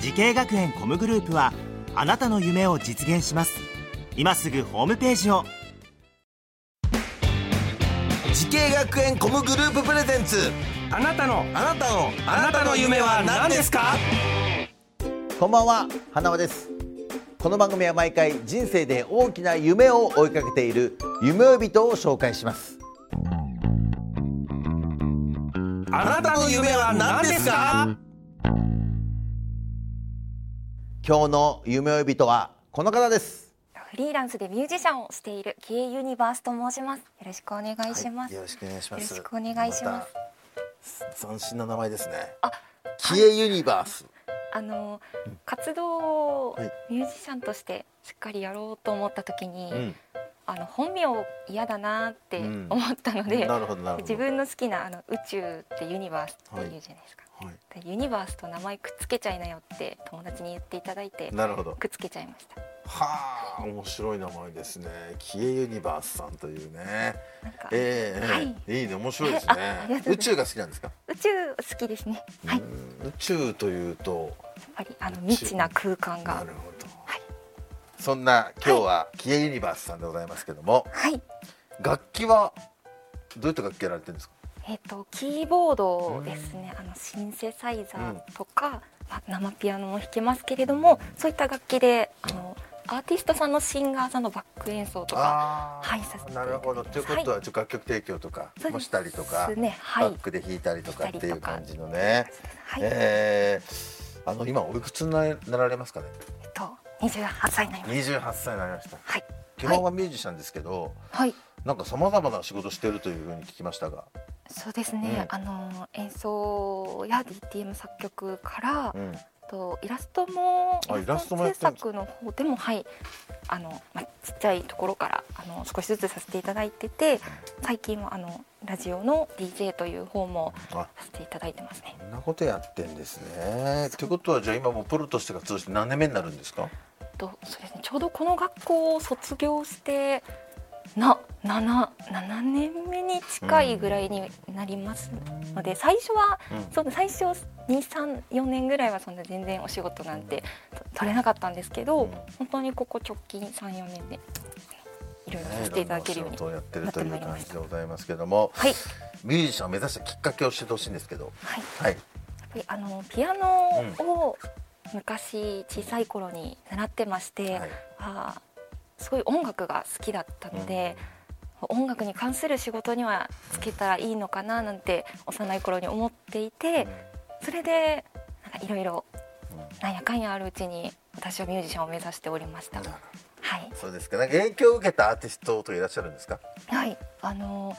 時系学園コムグループはあなたの夢を実現します今すぐホームページを時系学園コムグループプレゼンツあなたのあなたのあなたの夢は何ですかこんばんは花輪ですこの番組は毎回人生で大きな夢を追いかけている夢追い人を紹介しますあなたの夢は何ですか今日の夢追い人はこの方ですフリーランスでミュージシャンをしているキエユニバースと申します。よろしくお願いします。よろしくお願いしますよろしくお願いしますた斬新な名前ですねあキエユニバースあの活動をはいミュージシャンとしてしっかりやろうと思った時に、うんあの本名嫌だなってうん思ったので、なるほどなるほど自分の好きなあの宇宙ってユニバースっていうじゃないですか。はいでユニバースと名前くっつけちゃいなよって友達に言っていただいてなるほどくっつけちゃいました。はあ面白い名前ですねキエユニバースさんというねなんか、ええはいええいいね面白いですえあありねがとうございます宇宙が好きなんですか宇宙好きですね。はい、やっうん宇宙というとぱりあの未知な空間ながるほどはいそんな今日はキエユニバースさんでございますけどもはい。楽器はどういった楽器やられてるんですかえっとキーボードですね、あのシンセサイザーとか、まあ、生ピアノも弾けますけれどもそういった楽器であのアーティストさんのシンガーさんのバック演奏とかあーはいさせていたなだいてるほどということは、ちょっと楽曲提供とかそうですもしたりとか、ねはバいックで弾いたりとかっていう感じのね、はいええーあの今おいくつにななられますかねっと28歳になります28歳になりましたはい基本はミュージシャンですけど、はいなんかさまざまな仕事してるというふうに聞きましたが、そうですね、あの演奏や DTM 作曲から、うん、とイラストもあイラストもや制ってるんです作の方でもはいあの、まあ、ちっちゃいところからあの少しずつさせていただいてて最近はあのラジオの DJ という方もあさせていただいてますねこんなことや ってんですねということはじゃあ今もうプロとして活動して何年目になるんですかとそうですねちょうどこの学校を卒業してな 7, 7年目に近いぐらいになりますので最初はうんそう最初234年ぐらいはそんな全然お仕事なんてと取れなかったんですけど、うん本当にここ直近34年でいろいろねさせていただけるよういろんなお仕事に、をやってるという感じでございますけども、はい、ミュージシャンを目指したきっかけを教えてほしいんですけど、はい、はい、やっぱりあのピアノを昔小さい頃に習ってまして、はいあーすごい音楽が好きだったので、音楽に関する仕事にはつけたらいいのかななんて幼い頃に思っていて、それでなんかいろいろなんやかんやあるうちに私はミュージシャンを目指しておりました。なるほはいど、そうですか。なんか影響を受けたアーティストとかいらっしゃるんですか。はい、あの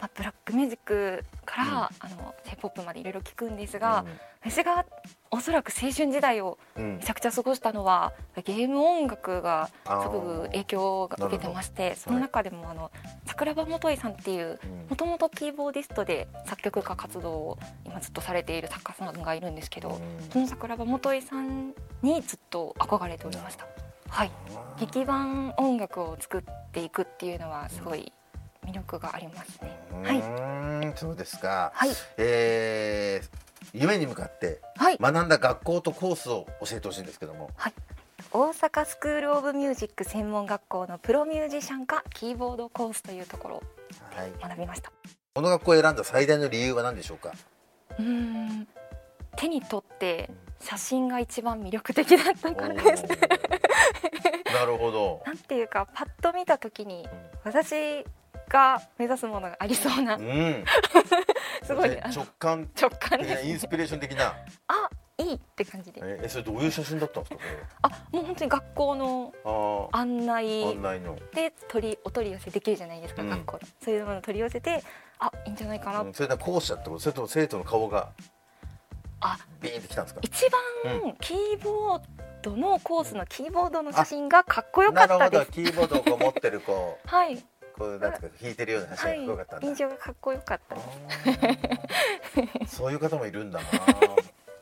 まあ、ブラックミュージックから、あの J-POP までいろいろ聞くんですが、私がおそらく青春時代をうん、うんめちゃくちゃ過ごしたのはゲーム音楽がすあーごく影響を受けてましてその中でもあの桜庭元井さんっていううんもともとキーボーディストで作曲家活動を今ずっとされている作家さんがいるんですけど、その桜庭元井さんにずっと憧れておりました。はい、劇版音楽を作っていくっていうのはすごい魅力がありますね。うんはい、うーんそうですか。はい、えー、夢に向かってはい、学んだ学校とコースを教えてほしいんですけども。大阪スクールオブミュージック専門学校のプロミュージシャン科キーボードコースというところをはい。学びました。この学校を選んだ最大の理由は何でしょうか。うーん手に取って写真が一番魅力的だったからですおーなるほど。なんていうかパッと見た時にうん私が目指すものがありそう なうん、すごいねあの直感直感的でなすインねスピレーション的な。あいいって感じでえ、えそれどういう写真だったんですか。これあもう本当に学校のあ案あ、内案内の。で取りお取り寄せできるじゃないですか、うん学校のそういうものを取り寄せてあいいんじゃないかな、うんそれで校舎ってことそれとも生徒の顔があビーンってきたんですか一番キーボードのコースのキーボードの写真がかっこよかっなるほたでどす。キーボードをこう持ってるこうはい、こうなんていうか弾いてるような写は真が良かったんい、だ、印象がかっこよかったです。あーそういう方もいるんだな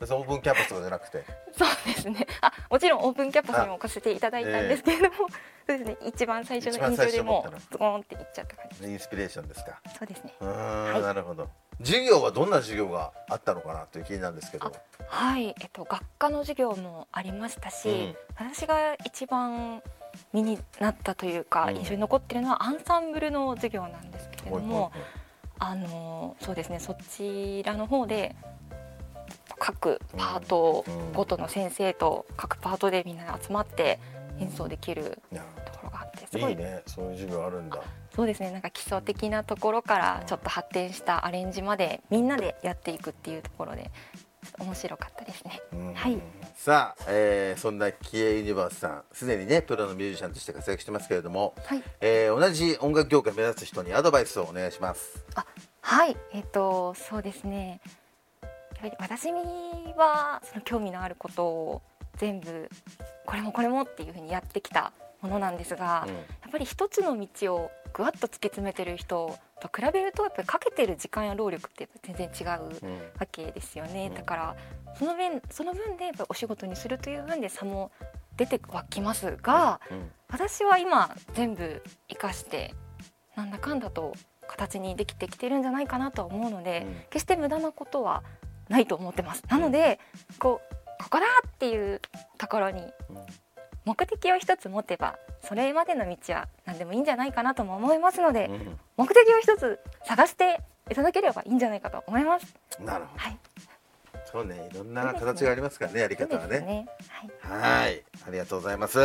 別にオープンキャンパスとかじゃなくてそうですね。あ、もちろんオープンキャンパスにも来せていただいたんですけれども、そうですね。一番最初の印象で一番も最初に思ったのうズコーンっていっちゃった感じ。インスピレーションですかそうですね。うーん、はいなるほど授業はどんな授業があったのかなという気になるんですけどあはい、えっと学科の授業もありましたし、うん私が一番身になったというか、うん印象に残ってるのはアンサンブルの授業なんですけれどほも、いほいあのそうですねそちらの方で各パートごとの先生と各パートでみんな集まって演奏できるほいいやところがあってすごいいいねそういう授業あるんだそうですねなんか基礎的なところからちょっと発展したアレンジまでみんなでやっていくっていうところでちょっと面白かったですね。うんはいさあ、えーそんなキエユニバースさんすでにねプロのミュージシャンとして活躍してますけれども、はいえー同じ音楽業界を目指す人にアドバイスをお願いしますはい、えっ、とそうですね。やはり私はその興味のあることを全部これもこれもっていうふうにやってきたものなんですが、やっぱり一つの道をぐわっと突き詰めてる人と比べるとやっぱりかけてる時間や労力ってやっぱ全然違ううんわけですよね、うんだからその面その分でやっぱお仕事にするという分で差も出てはきますが、うん私は今全部生かしてなんだかんだと形にできてきてるんじゃないかなとは思うので、うん決して無駄なことはないと思ってますなのでこうここだっていうところにうん目的を一つ持てばそれまでの道は何でもいいんじゃないかなとも思いますので、う目的を一つ探していただければいいんじゃないかと思います。んなるほどはい、そうねいろんな形がありますからねやり方はそうですねね。はい、はいありがとうございます、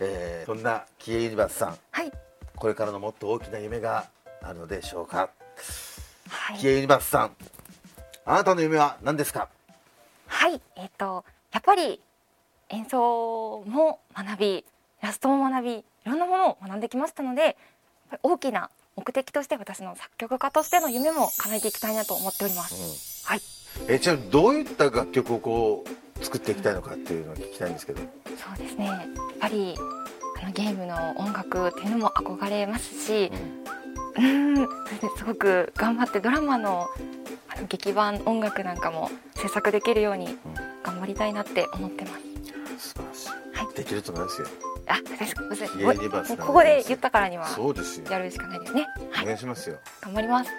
えーそんなキエユニバースさんはい、これからのもっと大きな夢があるのでしょうかはいキエユニバースさんあなたの夢は何ですかはい、えっ、とやっぱり演奏も学び、イラストも学び、いろんなものを学んできましたので、やっぱり大きな目的として私の作曲家としての夢も叶えていきたいなと思っております。はい、えーちなみにどういった楽曲をこう作っていきたいのかっていうのを聞きたいんですけど、そうですね。やっぱりあのゲームの音楽っていうのも憧れますし、うーん、そうですねすごく頑張ってドラマのあの劇版音楽なんかも制作できるように頑張りたいなって思ってます。素晴らしい、はいできると思いますよあ、私ごめんなさい消えればもつうながりますここで言ったからにはそうですよやるしかないですね。はおい、願いしますよ、頑張ります。ね、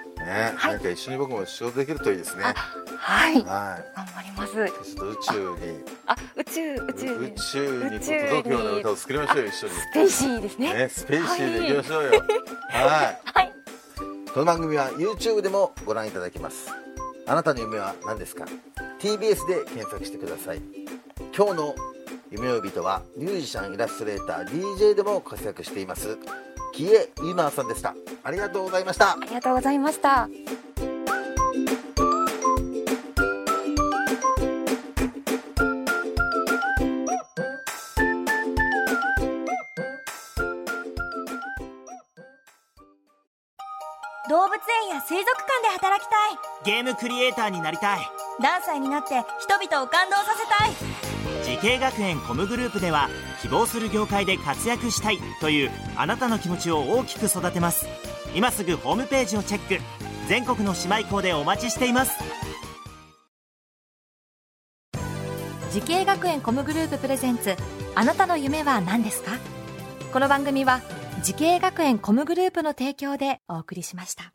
はいなんか一緒に僕も仕事できるといいですねあはい、頑はい張ります。ちょっと宇宙にあ、宇宙宇宙宇で宙に届くような歌を作りましょうよ一緒にスペーシーですね。ね、スペーシーでいきましょうよ。はい。はい、この番組は YouTube でもご覧いただけます。あなたの夢は何ですか ?TBS で検索してください。今日の夢呼びとはミュージシャン、イラストレーター、DJ でも活躍しています。キエ・ユーマーさんでした。ありがとうございましたあ。りがとうございました。動物園や水族館で働きたいゲームクリエイターになりたい何歳になって人々を感動させたい時系学園コムグループでは希望する業界で活躍したいというあなたの気持ちを大きく育てます今すぐホームページをチェック全国の姉妹校でお待ちしています時系学園コムグループプレゼンツあなたの夢は何ですかこの番組は時系学園コムグループの提供でお送りしました